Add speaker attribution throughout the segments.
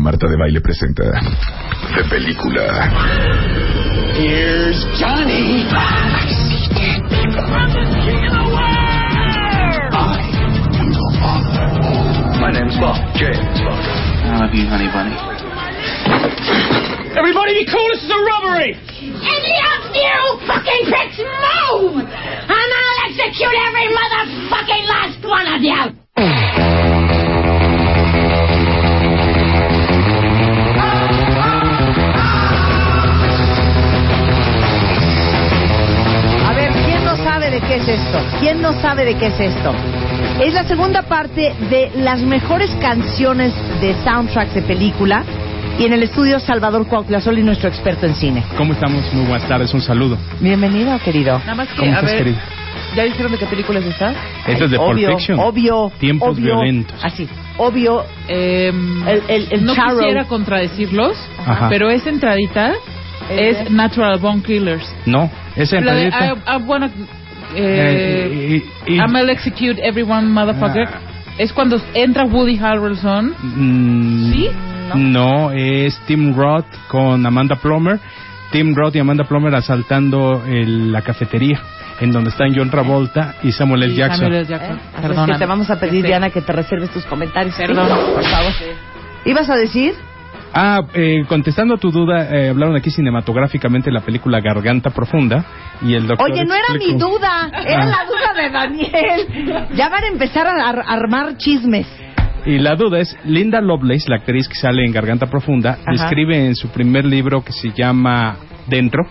Speaker 1: Marta de Baile presenta de película.
Speaker 2: Here's Johnny. I see dead people. I'm the king of the world. I am the father. My name's Bob. James Bob.
Speaker 3: I love you, honey bunny.
Speaker 2: Everybody be cool. This is a robbery.
Speaker 4: Any of you fucking pricks move! And I'll execute every motherfucking last one of you!
Speaker 5: A ver, ¿quién no sabe de qué es esto? ¿Quién no sabe de qué es esto? Es la segunda parte de las mejores canciones de soundtracks de película y en el estudio Salvador Cuauhtlazoli, nuestro experto en cine.
Speaker 6: ¿Cómo estamos? Muy buenas tardes, un saludo.
Speaker 5: Bienvenido, querido.
Speaker 7: Nada más que,
Speaker 6: ¿Cómo
Speaker 7: a
Speaker 6: estás,
Speaker 7: ver,
Speaker 6: querida?
Speaker 7: ¿ya dijeron de qué película es esta?
Speaker 6: Esto es de Pulp
Speaker 5: obvio,
Speaker 6: Fiction.
Speaker 5: Obvio.
Speaker 6: Tiempos
Speaker 5: obvio,
Speaker 6: violentos.
Speaker 5: Así, obvio.
Speaker 7: Eh,
Speaker 5: El- el- el
Speaker 7: no
Speaker 5: Charro.
Speaker 7: quisiera contradecirlos,
Speaker 6: Ajá.
Speaker 7: pero esa entradita
Speaker 5: Es
Speaker 7: es Natural Bone Killers.
Speaker 6: No, esa
Speaker 7: La de, ah,
Speaker 6: entradita.
Speaker 7: I, I wanna, eh,
Speaker 6: Eh, y- Ah. y-
Speaker 7: I'm gonna execute everyone, motherfucker. Es cuando entra Woody Harrelson.
Speaker 6: Mm,
Speaker 7: ¿Sí?
Speaker 6: No. es Tim Roth con Amanda Plummer. Tim Roth y Amanda Plummer asaltando el- la cafetería, en donde están John Travolta y Samuel L.
Speaker 7: Y
Speaker 6: Jackson.
Speaker 7: Samuel L.
Speaker 5: ¿eh?
Speaker 7: Jackson.
Speaker 5: Así es
Speaker 7: Perdóname.
Speaker 5: que te vamos a pedir,
Speaker 7: Este,
Speaker 5: Diana, que te reserves tus comentarios. ¿sí?
Speaker 7: Perdón, por favor.
Speaker 5: ¿Ibas a decir?
Speaker 6: Ah, eh, contestando a tu duda, eh, hablaron aquí cinematográficamente de la película Garganta Profunda y el doctor.
Speaker 5: Oye, no era mi
Speaker 6: explicó-
Speaker 5: duda,
Speaker 6: Ah.
Speaker 5: era la duda de Daniel. Ya van a empezar a ar- armar chismes.
Speaker 6: Y la duda es, Linda Lovelace, la actriz que sale en Garganta Profunda,
Speaker 5: Ajá.
Speaker 6: describe en su primer libro que se llama Dentro,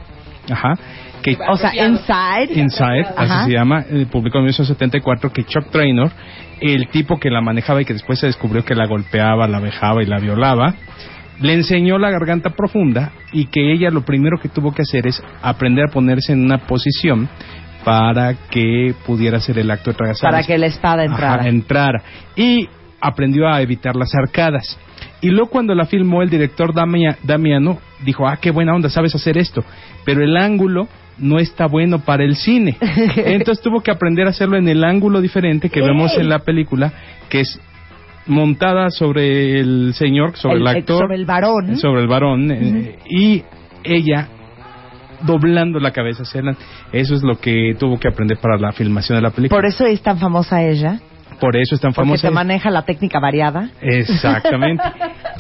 Speaker 6: ajá, que
Speaker 5: O sea, inside.
Speaker 6: Inside,
Speaker 5: Ajá.
Speaker 6: así se llama, eh, publicó en 1974 que Chuck Traynor, el tipo que la manejaba y que después se descubrió que la golpeaba, la vejaba y la violaba, le enseñó la garganta profunda y que ella lo primero que tuvo que hacer es aprender a ponerse en una posición para que pudiera hacer el acto de tragasar
Speaker 5: Para que la espada entrara.
Speaker 6: Ajá, entrara. Y aprendió a evitar las arcadas. Y luego cuando la filmó el director Damia- Damiano, dijo, ah, qué buena onda, sabes hacer esto. Pero el ángulo no está bueno para el cine. Entonces tuvo que aprender a hacerlo en el ángulo diferente que vemos en la película, que es montada sobre el señor, sobre el,
Speaker 5: El- el-
Speaker 6: actor,
Speaker 5: sobre el varón.
Speaker 6: sobre el varón, eh, y ella doblando la cabeza hacia adelante. Eso es lo que tuvo que aprender para la filmación de la película.
Speaker 5: Por eso es tan famosa ella.
Speaker 6: Por eso es tan
Speaker 5: Porque
Speaker 6: famosa.
Speaker 5: te maneja la técnica variada.
Speaker 6: Exactamente.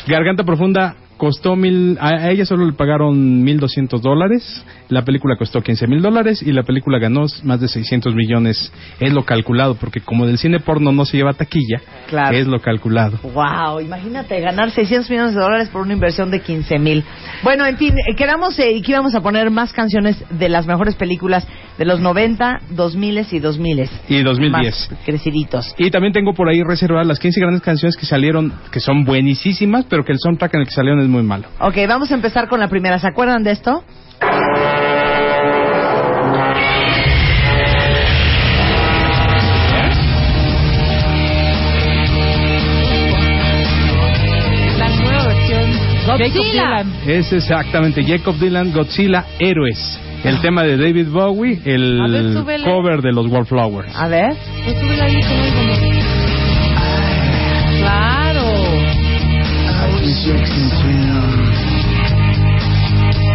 Speaker 6: Garganta Profunda costó mil. A a ella solo le pagaron mil doscientos dólares. La película costó quince mil dólares y la película ganó más de seiscientos millones. Es lo calculado, porque como del cine porno no se lleva taquilla,
Speaker 5: Claro.
Speaker 6: es lo calculado.
Speaker 5: Wow, imagínate ganar 600 millones de dólares por una inversión de 15 mil. Bueno, en fin, eh, quedamos eh, y que íbamos a poner más canciones de las mejores películas de los 90, 2000 y 2000.
Speaker 6: Y 2010.
Speaker 5: Más creciditos.
Speaker 6: Y también tengo por ahí reservadas las 15 grandes canciones que salieron, que son buenísimas, pero que el soundtrack en el que salieron es muy malo.
Speaker 5: Ok, vamos a empezar con la primera. ¿Se acuerdan de esto?
Speaker 7: La nueva versión. Jacob
Speaker 5: Godzilla.
Speaker 7: Dylan.
Speaker 6: Es exactamente Jacob Dylan, Godzilla, Héroes. El tema de David Bowie,
Speaker 7: Ah. A ver,
Speaker 6: el
Speaker 7: súbele.
Speaker 6: cover de los Wallflowers.
Speaker 5: A ver.
Speaker 7: Pues súbela ahí, ¿cómo es como? Claro.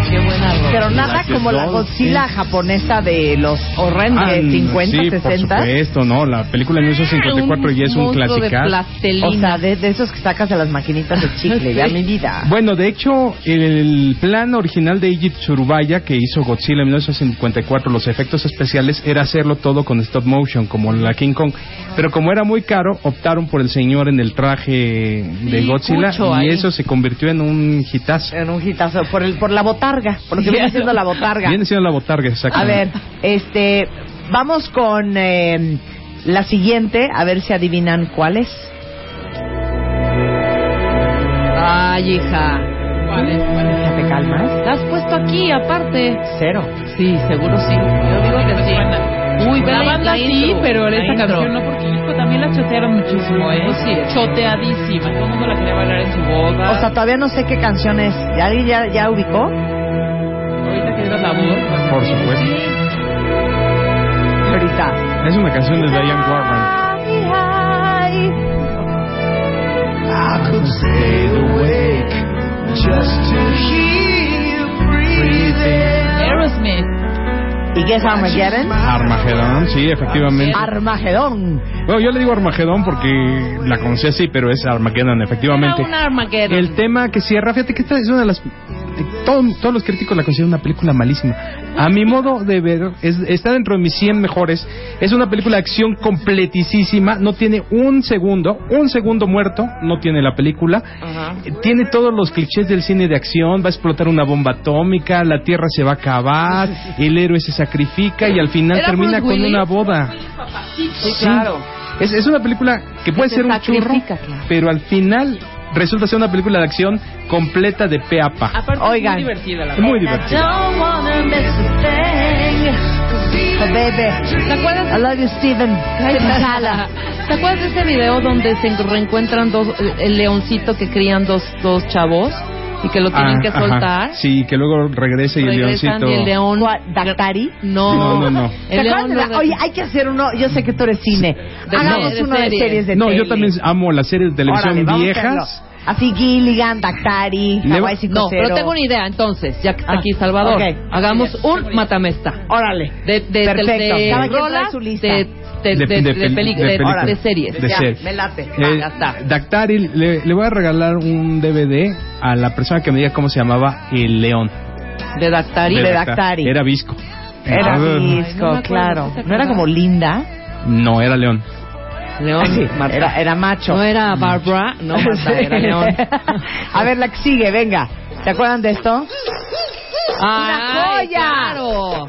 Speaker 7: Qué buena rola.
Speaker 5: Pero nada como la Godzilla japonesa de los horrendos
Speaker 6: Ah,
Speaker 5: 50,
Speaker 6: sí,
Speaker 5: 60.
Speaker 6: por supuesto, no, la película de 1954 y es un
Speaker 7: monstruo de
Speaker 6: clásico.
Speaker 5: O
Speaker 7: plastelina.
Speaker 5: sea, de, de esos que sacas de las maquinitas de chicle, ya mi vida.
Speaker 6: Bueno, de hecho, el plan original de Eiji Tsurubaya que hizo Godzilla en 1954, los efectos especiales, era hacerlo todo con stop motion, como la King Kong. Pero como era muy caro, optaron por el señor en el traje de
Speaker 7: Sí,
Speaker 6: Godzilla
Speaker 7: Cucho
Speaker 6: y
Speaker 7: ahí.
Speaker 6: eso se convirtió en un hitazo.
Speaker 5: En un hitazo, por, el, por la botarga, por lo que viene siendo la botarga.
Speaker 6: Viene siendo la botarga,
Speaker 5: A
Speaker 6: exactamente.
Speaker 5: ver, este, vamos con eh, la siguiente, a ver si adivinan cuál es.
Speaker 7: Ay, hija. ¿Cuál es? ¿Cuál es?
Speaker 5: ¿Ya te calmas?
Speaker 7: ¿La has puesto aquí, aparte?
Speaker 5: Cero.
Speaker 7: Sí, seguro sí. Yo digo que sí. Uy, la banda sí, pero esa canción no, porque hijo también la chotearon muchísimo, ¿eh? Sí, choteadísima. Todo el mundo la quería bailar en su boda.
Speaker 5: O sea, todavía no sé qué canción es. ¿Ya, ya, ya ubicó?
Speaker 7: ahorita que digas la voz.
Speaker 6: Por supuesto.
Speaker 5: Ahorita.
Speaker 6: Es una canción de Diane Warren.
Speaker 5: Ay, ay.
Speaker 2: I could sail away
Speaker 5: You guess Armageddon.
Speaker 6: Armagedón, sí, efectivamente.
Speaker 5: Ah. Armagedón.
Speaker 6: Bueno, yo le digo Armagedón porque la conocí así, pero es Armagedón, efectivamente.
Speaker 7: Era Ah, un Armageddon.
Speaker 6: El tema que cierra, fíjate que esta es una de las... todo- todos los críticos la consideran una película malísima. A mi modo de ver, es- está dentro de mis 100 mejores. Es una película de acción completísima. No tiene un segundo, un segundo muerto, no tiene la película.
Speaker 7: Ajá.
Speaker 6: Tiene todos los clichés del cine de acción, va a explotar una bomba atómica, la tierra se va a acabar, el héroe se sacrifica y al final
Speaker 7: ¿Era
Speaker 6: termina
Speaker 7: Bruce
Speaker 6: con
Speaker 7: Willis?
Speaker 6: una boda.
Speaker 7: Sí, claro.
Speaker 6: Es, es una película que puede
Speaker 5: se
Speaker 6: ser un churro,
Speaker 5: sacrifica, claro.
Speaker 6: pero al final resulta ser una película de acción completa de pe a pa.
Speaker 7: Aparte
Speaker 5: Oigan.
Speaker 7: es muy divertida la
Speaker 6: Es muy divertida.
Speaker 5: Don't wanna miss a thing. Oh, baby.
Speaker 7: ¿Te acuerdas?
Speaker 5: I love you, Steven. Steven Sala.
Speaker 7: ¿Te acuerdas de ese video donde se reencuentran dos, el leoncito que crían dos, dos chavos y que lo tienen
Speaker 6: Ah,
Speaker 7: que
Speaker 6: ajá.
Speaker 7: soltar?
Speaker 6: Sí, que luego regrese y el
Speaker 7: Regresan
Speaker 6: leoncito.
Speaker 7: y el león...
Speaker 5: ¿Cuál? ¿Dactari?
Speaker 7: No,
Speaker 6: No, no, no.
Speaker 5: ¿Te
Speaker 7: El
Speaker 5: acuerdas
Speaker 7: león
Speaker 5: de
Speaker 7: no
Speaker 5: la-
Speaker 7: regresa.
Speaker 5: Oye, hay que hacer uno. Yo sé que tú eres cine.
Speaker 7: De-
Speaker 5: Hagamos
Speaker 7: de- de
Speaker 5: uno
Speaker 7: series.
Speaker 5: de series de
Speaker 6: No, yo
Speaker 5: tele.
Speaker 6: también amo las series de televisión
Speaker 5: Órale, vamos a
Speaker 6: viejas.
Speaker 5: hacerlo. Así Gilligan, Dactari,
Speaker 6: Le-
Speaker 5: Hawaii 5
Speaker 7: No, pero tengo una idea entonces, ya que está
Speaker 5: Ah,
Speaker 7: aquí Salvador.
Speaker 5: ok.
Speaker 7: Hagamos un matamesta.
Speaker 5: Órale.
Speaker 7: De, de,
Speaker 5: Perfecto.
Speaker 7: de, de
Speaker 5: Cada quien
Speaker 7: rolas,
Speaker 5: trae su lista.
Speaker 7: de, de, de, de,
Speaker 6: pel-
Speaker 7: peli-
Speaker 6: de
Speaker 7: de-
Speaker 6: película.
Speaker 7: de series.
Speaker 6: De
Speaker 5: Ah, Ya,
Speaker 6: series.
Speaker 5: me late.
Speaker 6: Eh,
Speaker 7: ya está.
Speaker 6: Dactari, le, le voy a regalar un DVD a la persona que me diga cómo se llamaba el león.
Speaker 7: De Dactari.
Speaker 6: de
Speaker 5: De
Speaker 6: Dactar.
Speaker 5: Dactari.
Speaker 6: Era Ah. Visco.
Speaker 5: Era
Speaker 6: Entonces,
Speaker 5: disco,
Speaker 7: Ay, no me acuerdo,
Speaker 5: claro.
Speaker 7: ¿sí te
Speaker 5: ¿No era
Speaker 7: acuerdas?
Speaker 5: como Linda?
Speaker 6: No, era león.
Speaker 7: León.
Speaker 5: Sí,
Speaker 7: Marta.
Speaker 5: era, era macho.
Speaker 7: No era Barbara, no, pues, Marta, era León.
Speaker 5: A ver, la que sigue, venga. ¿Se acuerdan de esto?
Speaker 7: ¡Ay,
Speaker 5: joya!
Speaker 7: ¡Claro!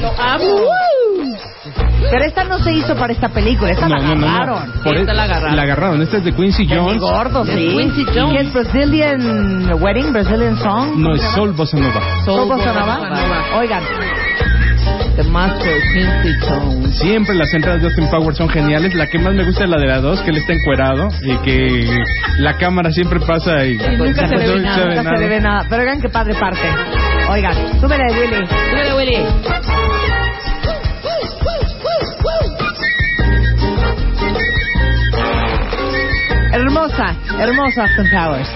Speaker 7: ¡Lo amo!
Speaker 5: Pero esta no se hizo para esta película, esta la agarraron.
Speaker 6: Por
Speaker 7: Esta
Speaker 6: e-
Speaker 7: la agarraron.
Speaker 6: La agarraron. Esta es de Quincy
Speaker 5: De mi
Speaker 6: Jones.
Speaker 5: gordo,
Speaker 7: De
Speaker 5: sí.
Speaker 7: Quincy Jones.
Speaker 5: ¿Qué es Brazilian Wedding? ¿Brazilian Song?
Speaker 6: No, es Sol Bossa Nova.
Speaker 5: ¿Todo
Speaker 7: Soul
Speaker 5: Bossa Nova?
Speaker 7: Bossa Nova.
Speaker 5: Oigan,
Speaker 7: The Master Quincy Jones.
Speaker 6: Siempre las entradas de Austin Power son geniales. La que más me gusta es la de la 2, que él está encuerado y que la cámara siempre pasa y,
Speaker 7: nunca se le ve nada,
Speaker 5: nunca se le ve nada. Pero oigan qué padre parte. Oigan, súbele, Willy.
Speaker 7: Súbele, Willy.
Speaker 5: Hermosa, hermosa Austin Powers.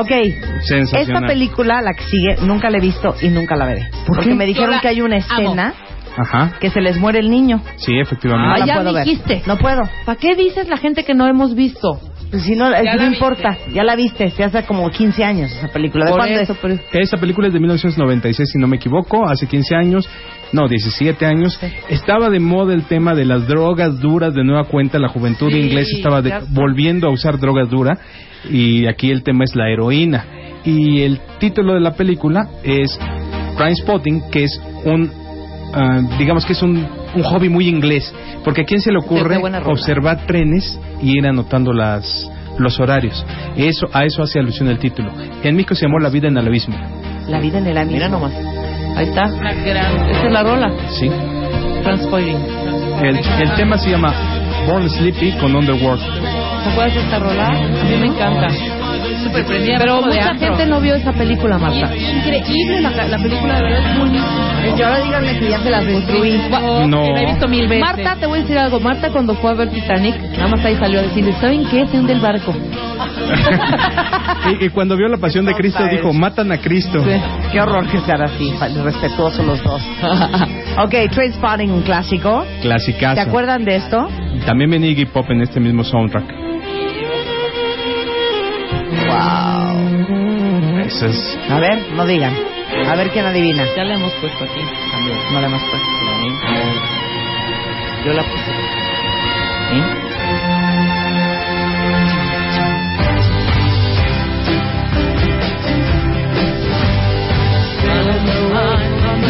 Speaker 5: Ok, esta
Speaker 6: Sensacional.
Speaker 5: película, la que sigue, nunca la he visto y nunca la veré. Porque me dijeron
Speaker 7: Yo la
Speaker 5: que hay una
Speaker 7: amo.
Speaker 5: escena
Speaker 6: Ajá.
Speaker 5: que se les muere el niño.
Speaker 6: Sí,
Speaker 5: No
Speaker 6: efectivamente.
Speaker 5: la
Speaker 7: ya
Speaker 5: puedo ver.
Speaker 7: dijiste.
Speaker 5: No puedo.
Speaker 7: ¿Para qué dices la gente que no hemos visto?
Speaker 5: Pues si no, es-
Speaker 7: Ya
Speaker 5: no
Speaker 7: la
Speaker 5: importa.
Speaker 7: viste.
Speaker 5: Ya la viste. Se hace como 15 años esa película. ¿De
Speaker 7: Por
Speaker 5: cuándo
Speaker 7: eso,
Speaker 5: es?
Speaker 7: pero-
Speaker 6: Esa película es de 1996, si no me equivoco, hace 15 años, no, 17 años. Estaba de moda el tema de las drogas duras, de nueva cuenta, la juventud
Speaker 7: Sí,
Speaker 6: inglesa estaba de-
Speaker 7: ya está.
Speaker 6: volviendo a usar drogas duras, y aquí el tema es la heroína. Y el título de la película es Crime Spotting, que es un, ah, digamos que es un, un hobby muy inglés, porque a quién se le ocurre
Speaker 7: Qué buena rola.
Speaker 6: observar trenes y ir anotando las los horarios. Eso a eso hace alusión el título. En México se llamó La vida en el abismo.
Speaker 5: La vida en el abismo.
Speaker 7: Mira nomás. Ahí está. Esta es la rola.
Speaker 6: Sí.
Speaker 7: Transpoiling.
Speaker 6: El, el tema se llama Born Sleepy con Underworld.
Speaker 7: ¿Te acuerdas de esta rola? A mí me encanta. Super Pero mucha gente no vio esa película, Marta. Increíble la, la película, de verdad es muy...
Speaker 5: Y ahora díganme que ya se las destruí.
Speaker 7: Gua-
Speaker 6: No.
Speaker 7: La he visto mil veces. Marta, te voy a decir algo. Marta cuando fue a ver Titanic, nada más ahí salió a decirle, ¿saben qué? Se hunde el barco.
Speaker 6: Y, y cuando vio la pasión de Cristo dijo, matan a Cristo.
Speaker 5: Qué horror que sea así. Respetuosos los dos. Ok, Train Spotting, un clásico. ¿Se
Speaker 6: Clasicazo.
Speaker 5: acuerdan de esto?
Speaker 6: También venía Iggy Pop en este mismo soundtrack.
Speaker 5: Wow.
Speaker 6: Eso es...
Speaker 5: A ver, no digan. A ver quién adivina.
Speaker 7: ya la hemos puesto aquí.
Speaker 5: También, no la hemos puesto.
Speaker 7: Yo la puse.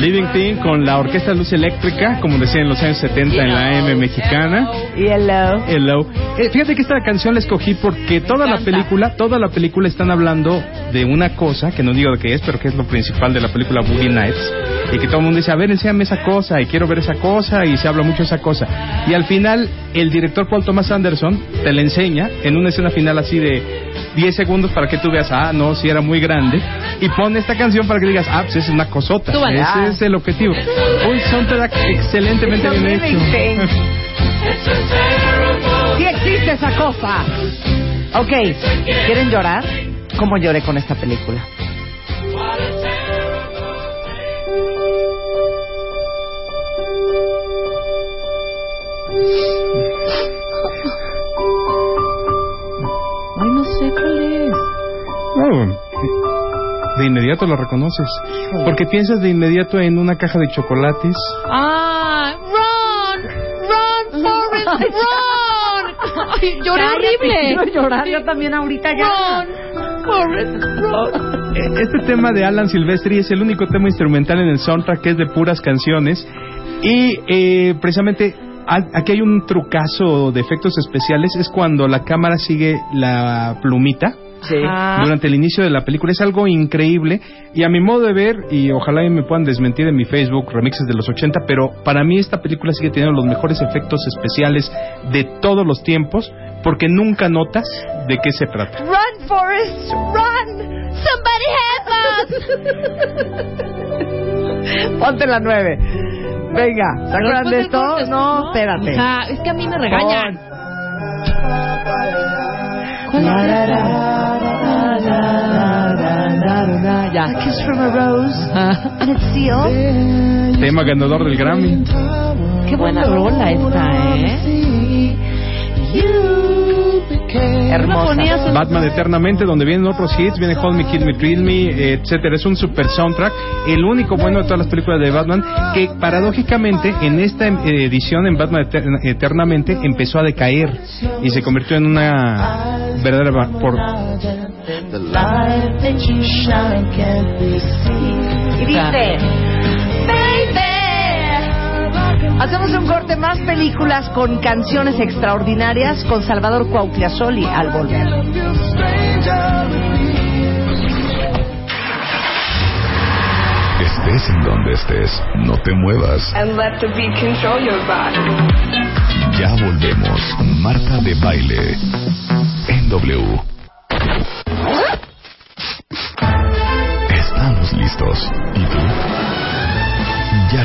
Speaker 6: Living Thing con la Orquesta Luz Eléctrica, como decía en los años 70 en la AM mexicana.
Speaker 5: Hello.
Speaker 6: Hello. Eh, fíjate que esta canción la escogí porque toda la
Speaker 7: encanta.
Speaker 6: película, toda la película están hablando de una cosa que no digo de qué es, pero que es lo principal de la película Boogie Nights y que todo el mundo dice, a ver, enséñame esa cosa y quiero ver esa cosa y se habla mucho de esa cosa y al final el director Paul Thomas Anderson te la enseña en una escena final así de 10 segundos para que tú veas, ah, no, si era muy grande y pone esta canción para que digas, ah, pues es una cosota.
Speaker 7: Súbala.
Speaker 6: Ese es el objetivo. Un soundtrack excelentemente
Speaker 5: It's a
Speaker 6: bien
Speaker 5: living
Speaker 6: hecho.
Speaker 5: thing. Sí existe esa cosa. Ok, ¿quieren llorar? ¿Cómo lloré con esta película?
Speaker 6: de inmediato lo reconoces. Porque piensas de inmediato en una caja de chocolates.
Speaker 3: Ah, Ron, Ron, Forrest, Ron. Ay, lloré
Speaker 5: Cállate, quiero
Speaker 3: horrible.
Speaker 5: llorar yo también ahorita ya.
Speaker 3: Ron, Forrest, Ron.
Speaker 6: Eh, Este tema de Alan Silvestri es el único tema instrumental en el soundtrack que es de puras canciones. Y eh, precisamente a- aquí hay un trucazo de efectos especiales. Es cuando la cámara sigue la plumita.
Speaker 5: Sí.
Speaker 3: Ah.
Speaker 7: Ah.
Speaker 6: durante el inicio de la película. Es algo increíble y a mi modo de ver, y ojalá y me puedan desmentir en mi Facebook, remixes de los 80, pero para mí esta película sigue teniendo los mejores efectos especiales de todos los tiempos porque nunca notas de qué se trata.
Speaker 3: Run, Forrest, run. Somebody help us.
Speaker 5: Ponte la nueve. Venga, ¿se acuerdan de esto? No, espérate.
Speaker 3: Hija, es que a mí me regañan. ¿Cuál
Speaker 5: La,
Speaker 3: es
Speaker 5: la,
Speaker 3: esa?
Speaker 5: la, la, la, la, la, la, la. Ya. A kiss from a rose
Speaker 3: Ah,
Speaker 5: and it's sealed.
Speaker 6: Tema ganador del Grammy.
Speaker 3: qué buena rola esta, ¿eh?
Speaker 5: Hermosa.
Speaker 6: Batman Eternamente, donde vienen otros hits, viene Hold Me, Kill Me, Thrill Me, etcétera. Es un super soundtrack, el único bueno de todas las películas de Batman, que paradójicamente en esta eh, edición en Batman Eter- Eternamente empezó a decaer y se convirtió en una verdadera ba- por
Speaker 5: Y dice, "Baby". Hacemos un corte más películas con canciones extraordinarias con Salvador Cuauhtlazoli al volver.
Speaker 1: Estés en donde estés, no te muevas.
Speaker 8: and let the beat control your body.
Speaker 1: Ya volvemos. Marta de baile. En W. Estamos listos. ¿Y tú? Ya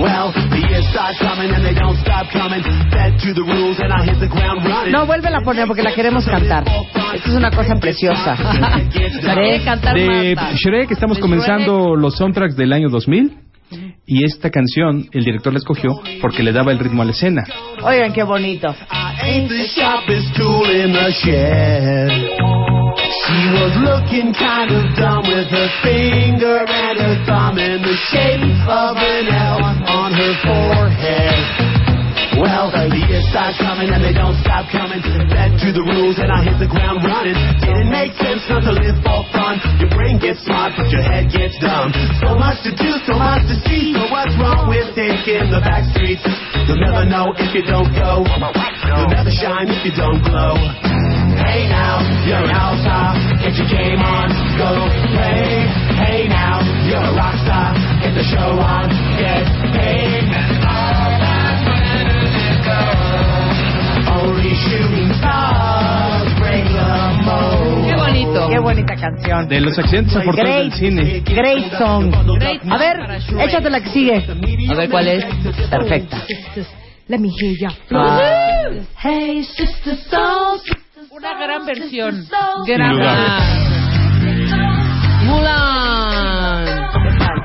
Speaker 9: Well, the years start coming and they don't stop coming. Fed to the rules and I hit the ground running.
Speaker 5: No, vuélvela a poner porque la queremos cantar. Esta es una cosa preciosa.
Speaker 3: Paré cantar
Speaker 6: De
Speaker 3: Marta.
Speaker 6: Shrek estamos
Speaker 3: De
Speaker 6: comenzando los soundtracks del año 2000 y esta canción el director la escogió porque le daba el ritmo a la escena.
Speaker 5: Oigan, qué bonito.
Speaker 9: I ain't the sharpest tool in the shed. She was looking kind of dumb with her finger and her thumb in the shape of an L on her forehead. Well, the years start coming and they don't stop coming. Fed to the rules and I hit the ground running. Didn't make sense not to live for fun. Your brain gets smart, but your head gets dumb. So much to do, so much to see. So what's wrong with taking the back streets? You'll never know if you don't go. You'll never shine if you don't glow. Hey now, you're an all star. Get your game on, go play. Hey now, you're a rock star. Get the show on, get paid. Only shooting stars break the mold.
Speaker 3: Qué bonito.
Speaker 5: Qué bonita canción.
Speaker 6: De los accidentes afortunados del
Speaker 5: Great,
Speaker 6: cine.
Speaker 5: great song.
Speaker 3: Great
Speaker 5: A ver, échate la que sigue.
Speaker 3: A ver cuál es.
Speaker 5: Perfecta.
Speaker 3: Ah. Una gran versión. Gran.
Speaker 6: Sin duda.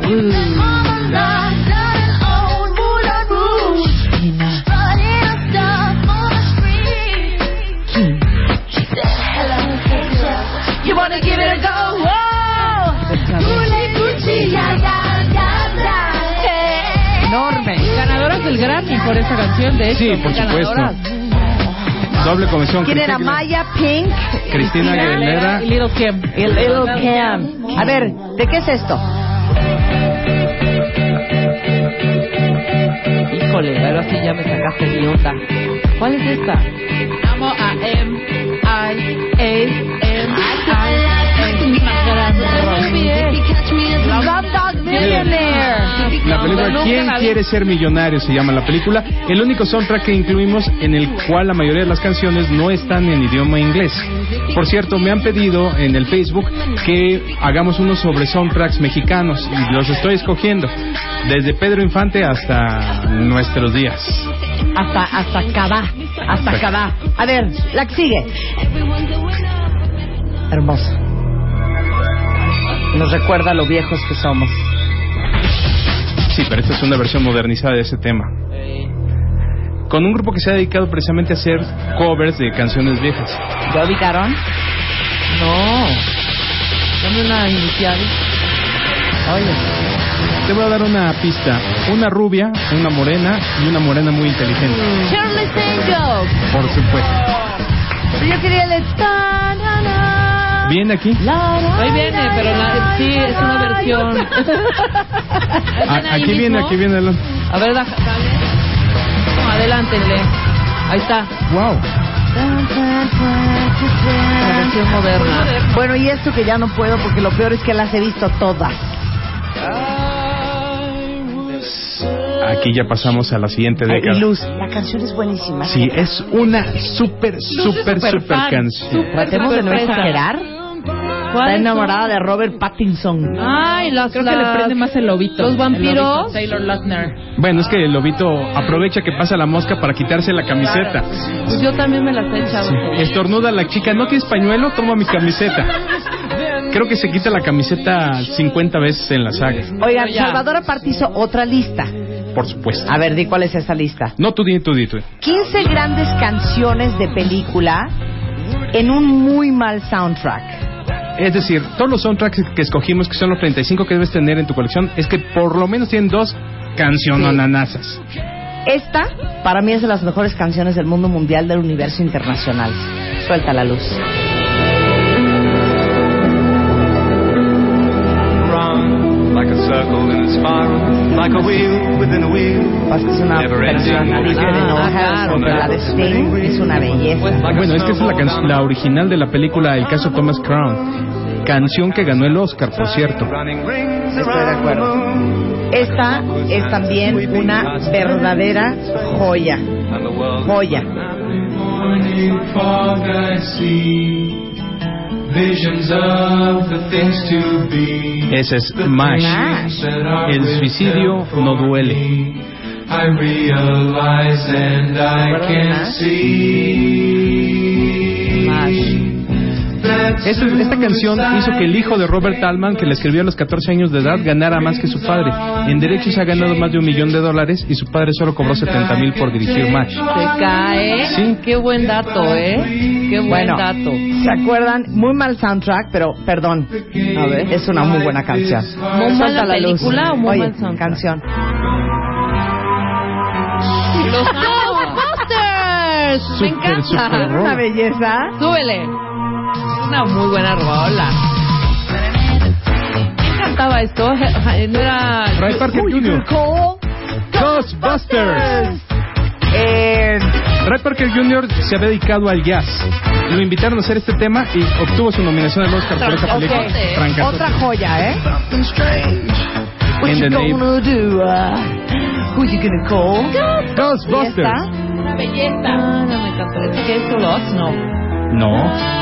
Speaker 3: Mulan. You wanna give it a go.
Speaker 5: Enorme.
Speaker 7: Ganadoras del Grammy por esa canción, de hecho.
Speaker 6: Sí, por
Speaker 3: Pues
Speaker 7: ganadoras.
Speaker 6: Doble comisión.
Speaker 5: ¿Quién era?
Speaker 6: Cristina-
Speaker 5: Maya, Pink
Speaker 6: Cristina Aguilera.
Speaker 7: Y Little Kim.
Speaker 5: y Little Cam. A ver, ¿de qué es esto?
Speaker 3: Híjole, ahora sí ya me sacaste mi onda. ¿Cuál es esta? Amo a M, I, A, M,
Speaker 5: Slumdog Millionaire.
Speaker 6: La película ¿Quién quiere ser millonario? se llama la película. El único soundtrack que incluimos en el cual la mayoría de las canciones no están en idioma inglés. Por cierto, me han pedido en el Facebook que hagamos uno sobre soundtracks mexicanos y los estoy escogiendo. Desde Pedro Infante hasta nuestros días.
Speaker 3: Hasta, hasta Cabá.
Speaker 5: Hasta acá. A ver, la que sigue. Hermosa. Nos recuerda lo viejos que somos.
Speaker 6: Sí, pero esta es una versión modernizada de ese tema. Con un grupo que se ha dedicado precisamente a hacer covers de canciones viejas.
Speaker 5: ¿Ya ubicaron? No. Dame una inicial. Oye.
Speaker 6: Te voy a dar una pista. Una rubia, una morena y una morena muy inteligente.
Speaker 5: Charles Angel.
Speaker 6: Por supuesto.
Speaker 5: Yo quería el... ta, na, na.
Speaker 6: Bien aquí.
Speaker 7: Ahí viene, pero la- sí, es una versión.
Speaker 6: A- Ah, aquí viene, aquí viene el...
Speaker 7: A ver, baja- dale. No, adelántenle. Ahí está.
Speaker 6: ¡Wow!
Speaker 7: La versión moderna.
Speaker 5: Bueno, y esto que ya no puedo porque lo peor es que las he visto todas.
Speaker 6: Aquí ya pasamos a la siguiente década.
Speaker 5: Y Luz, la canción es buenísima.
Speaker 6: Sí, es una súper, súper,
Speaker 7: superfan,
Speaker 6: súper canción.
Speaker 7: súper
Speaker 5: Tratemos de no
Speaker 7: sorpresa.
Speaker 5: exagerar.
Speaker 7: ¿Cuál
Speaker 5: Está
Speaker 7: es Ah,
Speaker 5: enamorada de Robert Pattinson.
Speaker 7: Ay, las,
Speaker 3: Creo que le prende más el lobito.
Speaker 7: Los vampiros.
Speaker 3: El lobito.
Speaker 7: Taylor Lautner.
Speaker 6: Bueno, es que el lobito aprovecha que pasa la mosca para quitarse la camiseta.
Speaker 7: Pues yo también me las he echado.
Speaker 6: Estornuda la chica, ¿no tienes pañuelo? Toma mi camiseta. Creo que se quita la camiseta 50 veces en la saga,
Speaker 5: Oigan,
Speaker 7: Ya.
Speaker 5: Salvador aparte hizo otra lista.
Speaker 6: por supuesto.
Speaker 5: A ver, di cuál es esa lista.
Speaker 6: No, tú di, tú di, tú di.
Speaker 5: 15 grandes canciones de película en un muy mal soundtrack.
Speaker 6: Es decir, todos los soundtracks que escogimos, que son los 35 que debes tener en tu colección, es que por lo menos tienen dos canciononanasas.
Speaker 5: Esta, para mí, es de las mejores canciones del mundo mundial del universo internacional. Suelta la luz.
Speaker 2: Round like a circle in a spiral, like a wheel within a wheel.
Speaker 5: Es que Pues es una
Speaker 2: Never
Speaker 5: canción
Speaker 2: ending.
Speaker 5: dice de
Speaker 7: Ah,
Speaker 5: Noel Harrison,
Speaker 7: claro.
Speaker 5: pero la de Sting es una belleza.
Speaker 6: Bueno, es que esa es la, can- la original de la película El caso Thomas Crown, canción que ganó el Oscar, por cierto.
Speaker 2: Running rings
Speaker 5: Estoy de
Speaker 2: around the
Speaker 5: acuerdo.
Speaker 2: moon,
Speaker 5: Esta es también una verdadera joya.
Speaker 2: and the world
Speaker 5: Joya.
Speaker 6: Ese es Mash.
Speaker 5: Mash.
Speaker 6: El suicidio no duele. Esta, esta canción hizo que el hijo de Robert Altman, que le escribió a los 14 años de edad, ganara más que su padre. En derechos ha ganado más de un millón de dólares y su padre solo cobró 70 mil por dirigir Mash.
Speaker 7: Se cae.
Speaker 6: Sí.
Speaker 7: Qué buen dato, ¿eh? Qué buen
Speaker 5: Bueno.
Speaker 7: dato.
Speaker 5: ¿Se acuerdan? Muy mal soundtrack, pero perdón. A ver. Es una muy buena canción.
Speaker 7: ¿Muy
Speaker 5: Suelta
Speaker 7: mala
Speaker 5: la luz.
Speaker 7: película o muy
Speaker 5: Oye,
Speaker 7: mal soundtrack?
Speaker 5: canción.
Speaker 7: Los Ghostbusters. Me
Speaker 6: Súper,
Speaker 7: encanta.
Speaker 6: súper.
Speaker 5: Una belleza.
Speaker 7: Súbele. Es una muy buena rola. ¿Quién cantaba esto? No era...
Speaker 6: Ray Parker Jr. Ghostbusters.
Speaker 5: Eh,
Speaker 6: Ray Parker Jr. se había dedicado al jazz. Lo invitaron a hacer este tema y obtuvo su nominación al Oscar por esta película.
Speaker 7: Trancazote.
Speaker 6: Trancazote.
Speaker 5: otra joya, ¿eh? What
Speaker 6: In
Speaker 5: you
Speaker 6: the name.
Speaker 5: gonna do? uh, who you gonna call? Y
Speaker 6: Ghostbusters.
Speaker 5: esta,
Speaker 7: Una belleza. No, no, me encantó. ¿Este qué es? Los? No.
Speaker 6: No.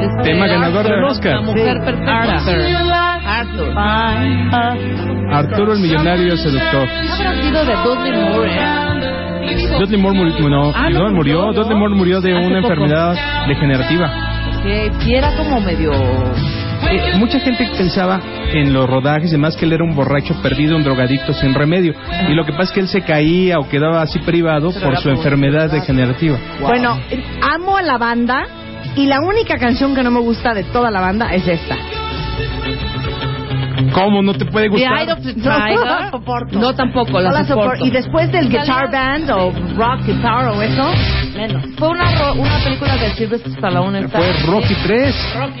Speaker 7: Este,
Speaker 6: Tema ganador del Oscar.
Speaker 7: La mujer
Speaker 5: Sí.
Speaker 7: perfecta. Arthur. Ah,
Speaker 6: Arturo el millonario seductor.
Speaker 7: ¿No habrá sido de Dudley Moore, eh?
Speaker 6: Dudley Moore murió, no,
Speaker 7: Ah, no,
Speaker 6: no, murió,
Speaker 7: murió, ¿no?
Speaker 6: Dudley Moore murió de
Speaker 7: Hace
Speaker 6: una
Speaker 7: poco.
Speaker 6: enfermedad degenerativa.
Speaker 7: Que sí era como medio...
Speaker 6: Eh, mucha gente pensaba en los rodajes y demás que él era un borracho perdido, un drogadicto sin remedio. Y lo que pasa es que él se caía o quedaba así privado por su enfermedad degenerativa.
Speaker 5: Bueno, amo a la banda y la única canción que no me gusta de toda la banda es esta.
Speaker 6: ¿Cómo no te puede
Speaker 7: The
Speaker 6: gustar?
Speaker 7: Eye of the
Speaker 5: No,
Speaker 7: Tiger.
Speaker 5: no la soporto.
Speaker 7: No, tampoco, la,
Speaker 5: No la soporto.
Speaker 7: soporto.
Speaker 5: Y después del guitar band o rock guitar o eso, menos.
Speaker 7: Fue una, ro- una película de Sylvester Stallone. esta-
Speaker 6: Fue Rocky 3,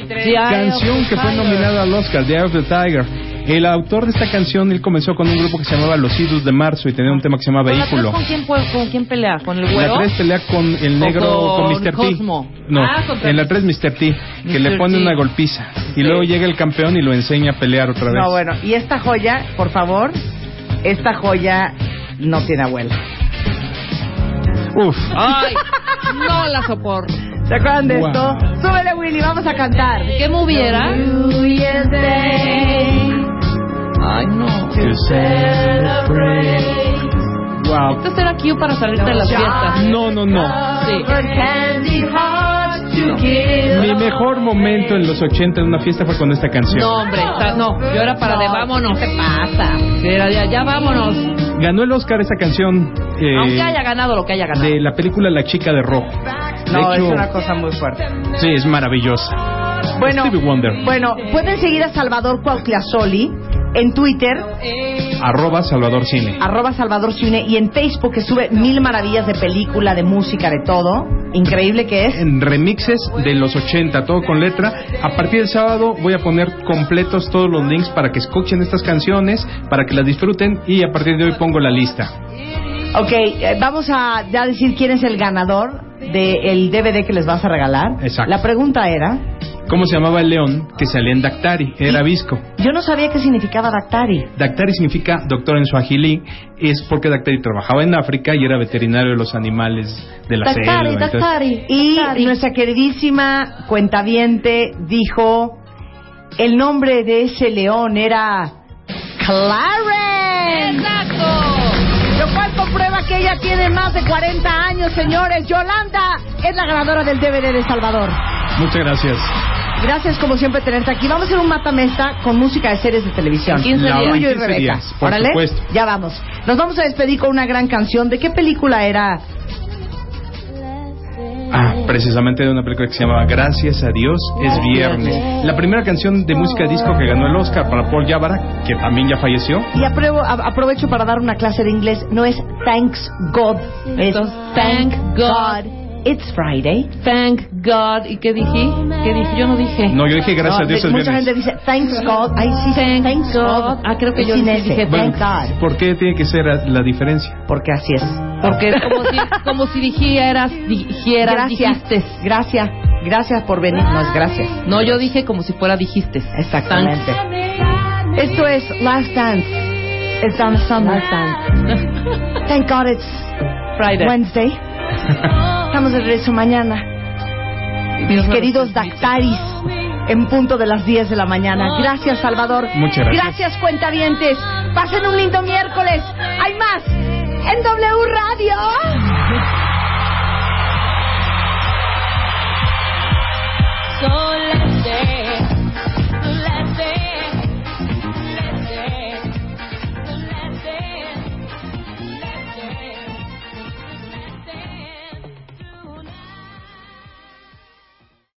Speaker 7: The Eye of
Speaker 6: canción
Speaker 7: the
Speaker 6: que fue
Speaker 7: Tiger.
Speaker 6: nominada al Oscar, The Eye of the Tiger. El autor de esta canción, él comenzó con un grupo que se llamaba Los Idus de Marzo y tenía un tema que se llamaba
Speaker 7: ¿Con la tres
Speaker 6: Vehículo.
Speaker 7: ¿Con quién, fue- ¿Con quién pelea? ¿Con el
Speaker 6: En
Speaker 7: güero?
Speaker 6: la 3 pelea con el negro,
Speaker 7: con
Speaker 6: con, Mr.
Speaker 7: Cosmo.
Speaker 6: T. No,
Speaker 7: Ah, contra
Speaker 6: en la
Speaker 7: Mr.
Speaker 6: 3 Mr. T, que
Speaker 7: Mr.
Speaker 6: le pone
Speaker 7: T.
Speaker 6: una golpiza.
Speaker 7: Sí.
Speaker 6: Y luego llega el campeón y lo enseña a pelear otra vez.
Speaker 5: No, bueno, y esta joya, por favor, esta joya no tiene abuela.
Speaker 6: Uf.
Speaker 7: Ay, no la soporto.
Speaker 5: ¿Se acuerdan de
Speaker 6: Wow.
Speaker 5: esto? Súbele, Willy, vamos a cantar.
Speaker 7: ¿Qué movie era? Ay, no.
Speaker 6: Wow.
Speaker 7: Entonces era aquí o para salirte de las fiestas.
Speaker 6: No, no, no.
Speaker 7: Sí.
Speaker 6: Mi mejor momento en los 80 en una fiesta fue con esta canción.
Speaker 7: No, hombre, está- no, yo era para de vámonos. ¿Qué pasa? Sí, Era ya, ya vámonos.
Speaker 6: Ganó el Oscar esa canción eh,
Speaker 7: Aunque haya ganado lo que haya ganado.
Speaker 6: de la película La chica de rojo. De
Speaker 5: No, es
Speaker 6: hecho,
Speaker 5: una cosa muy fuerte.
Speaker 6: sí, es maravillosa.
Speaker 5: Bueno,
Speaker 6: Stevie Wonder.
Speaker 5: bueno, pueden seguir a Salvador Cuauhtliazoli en Twitter,
Speaker 6: Arroba Salvador Cine.
Speaker 5: arroba Salvador Cine, y en Facebook que sube mil maravillas de película, de música, de todo. Increíble que es.
Speaker 6: en remixes de los 80, todo con letra. A partir del sábado voy a poner completos todos los links para que escuchen estas canciones, para que las disfruten y a partir de hoy pongo la lista.
Speaker 5: Ok, eh, vamos a ya decir quién es el ganador del DVD que les vas a regalar.
Speaker 6: Exacto.
Speaker 5: La pregunta era,
Speaker 6: ¿Cómo se llamaba el león que salía en Dactari? Era visco.
Speaker 5: yo no sabía qué significaba Dactari.
Speaker 6: Dactari significa doctor en Swahili, es porque Dactari trabajaba en África y era veterinario de los animales de la selva. entonces-
Speaker 5: Y nuestra queridísima cuentaviente dijo, el nombre de ese león era Clarence. Exacto. Lo cual comprueba que ella tiene más de 40 años, señores. Yolanda es la ganadora del DVD de Salvador.
Speaker 6: Muchas gracias.
Speaker 5: Gracias como siempre tenerte aquí. Vamos a hacer un matamesta con música de series de televisión.
Speaker 6: 15 días.
Speaker 5: Tuyo y
Speaker 6: 15
Speaker 5: Rebeca.
Speaker 6: días, por
Speaker 5: Órale,
Speaker 6: supuesto.
Speaker 5: ya vamos. Nos vamos a despedir con una gran canción. ¿De qué película era?
Speaker 6: Ah, precisamente de una película que se llama Gracias a Dios es viernes. La primera canción de música disco que ganó el Oscar para Paul Yabara, que también ya falleció,
Speaker 5: Y apruebo- a- aprovecho para dar una clase de inglés. No es thanks God, es
Speaker 7: Entonces, thank God.
Speaker 5: it's Friday.
Speaker 7: Thank God. ¿Y qué dije? ¿Qué dije? Yo no dije.
Speaker 6: No, yo dije gracias
Speaker 5: No,
Speaker 6: a Dios
Speaker 5: de-
Speaker 6: es
Speaker 5: mucha
Speaker 6: viernes.
Speaker 5: gente dice thanks God. Ay, sí,
Speaker 7: Thank
Speaker 5: thanks God.
Speaker 7: God. Ah, creo que
Speaker 5: Es
Speaker 7: yo
Speaker 5: sin
Speaker 7: sí
Speaker 5: ese,
Speaker 7: dije
Speaker 5: thank
Speaker 7: thank
Speaker 5: God.
Speaker 6: ¿Por qué tiene que ser la diferencia?
Speaker 5: Porque así es.
Speaker 7: Porque como si, como si dijeras, dijeras,
Speaker 5: Gracias.
Speaker 7: dijiste.
Speaker 5: Gracias. Gracias por venir. No es gracias.
Speaker 7: No, yo dije como si fuera dijiste.
Speaker 5: Exactamente. Esto es Last Dance. It's on Sunday. Thank God it's
Speaker 7: Friday.
Speaker 5: Wednesday. Estamos de regreso mañana. Mis queridos Dactaris, en punto de las 10 de la mañana. Gracias, Salvador.
Speaker 6: Muchas gracias.
Speaker 5: Gracias, cuentavientes. Pasen un lindo miércoles. Hay más en W Radio.